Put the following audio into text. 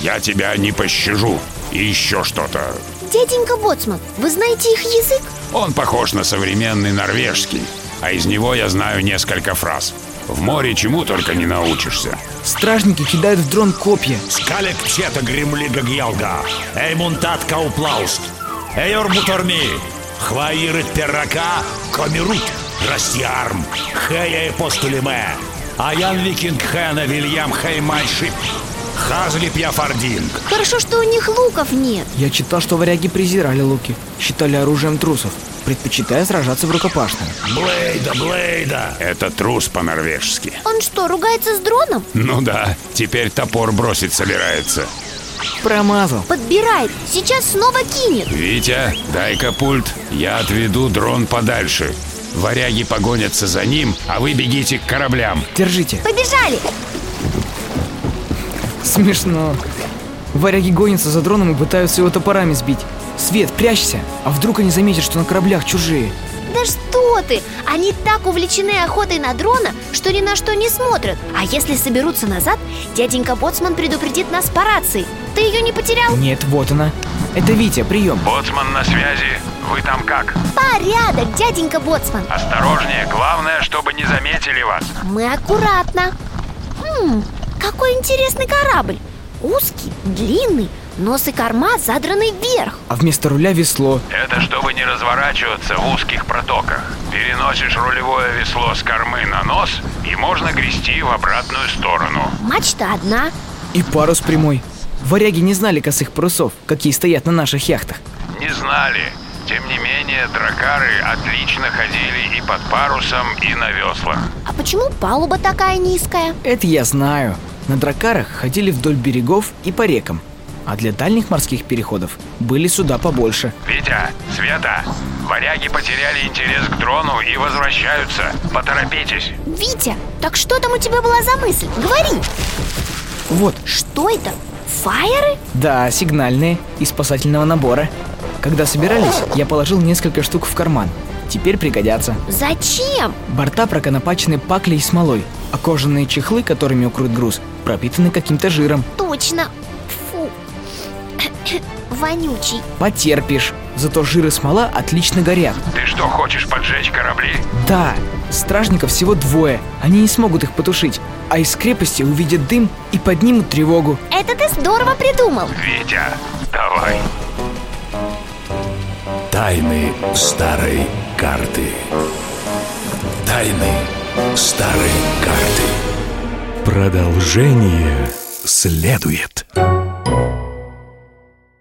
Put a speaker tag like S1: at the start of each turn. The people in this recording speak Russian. S1: я тебя не пощажу. И еще что-то.
S2: Дяденька Боцман, вы знаете их язык?
S1: Он похож на современный норвежский, а из него я знаю несколько фраз. В море чему только не научишься.
S3: Стражники кидают в дрон копья.
S4: Скалек чета гримлига гьялга, эй мунтат кауплауст, эйор буторми, хваиры перрака, комирут, растьярм, хэя и постулиме, аян викинг хэна вильям хеймайшип, хазлип я фардинг.
S2: Хорошо, что у них луков нет.
S3: Я читал, что варяги презирали луки, считали оружием трусов, предпочитая сражаться в рукопашную.
S4: Блейда, Блейда,
S1: Это трус по-норвежски.
S2: Он что, ругается с дроном?
S1: Ну да, теперь топор бросить собирается.
S3: Промазал.
S2: Подбирает, сейчас снова кинет.
S1: Витя, дай-ка пульт, я отведу дрон подальше. Варяги погонятся за ним, а вы бегите к кораблям.
S3: Держите.
S2: Побежали!
S3: Смешно. Варяги гонятся за дроном и пытаются его топорами сбить. Свет, прячься! А вдруг они заметят, что на кораблях чужие?
S2: Да что ты! Они так увлечены охотой на дрона, что ни на что не смотрят. А если соберутся назад, дяденька Боцман предупредит нас по рации. Ты ее не потерял?
S3: Нет, вот она. Это Витя, прием.
S1: Боцман на связи. Вы там как?
S2: Порядок, дяденька Боцман.
S1: Осторожнее, главное, чтобы не заметили вас.
S2: Мы аккуратно. Хм, какой интересный корабль. Узкий, длинный, нос и корма задраны вверх.
S3: А вместо руля весло.
S1: Это чтобы не разворачиваться в узких протоках. Переносишь рулевое весло с кормы на нос, и можно грести в обратную сторону.
S2: Мачта одна.
S3: И парус прямой. Варяги не знали косых парусов, какие стоят на наших яхтах.
S1: Не знали. Тем не менее, дракары отлично ходили и под парусом, и на веслах.
S2: А почему палуба такая низкая?
S3: Это я знаю. На дракарах ходили вдоль берегов и по рекам. А для дальних морских переходов были суда побольше.
S5: Витя, Света, варяги потеряли интерес к дрону и возвращаются. Поторопитесь.
S2: Витя, так что там у тебя была за мысль? Говори!
S3: Вот,
S2: Что это? Фаеры?
S3: да, сигнальные и спасательного набора. Когда собирались, я положил несколько штук в карман. Теперь пригодятся.
S2: Зачем?
S3: Борта проконопачены паклей и смолой, а кожаные чехлы, которыми укрыт груз, пропитаны каким-то жиром.
S2: Точно! Фу! Вонючий.
S3: Потерпишь. Зато жир и смола отлично горят.
S5: Ты что, хочешь поджечь корабли?
S3: Да, стражников всего двое. Они не смогут их потушить. А из крепости увидят дым и поднимут тревогу.
S2: Это ты здорово придумал!
S5: Витя, давай.
S4: Тайны старой карты. Тайны старой карты. Продолжение следует.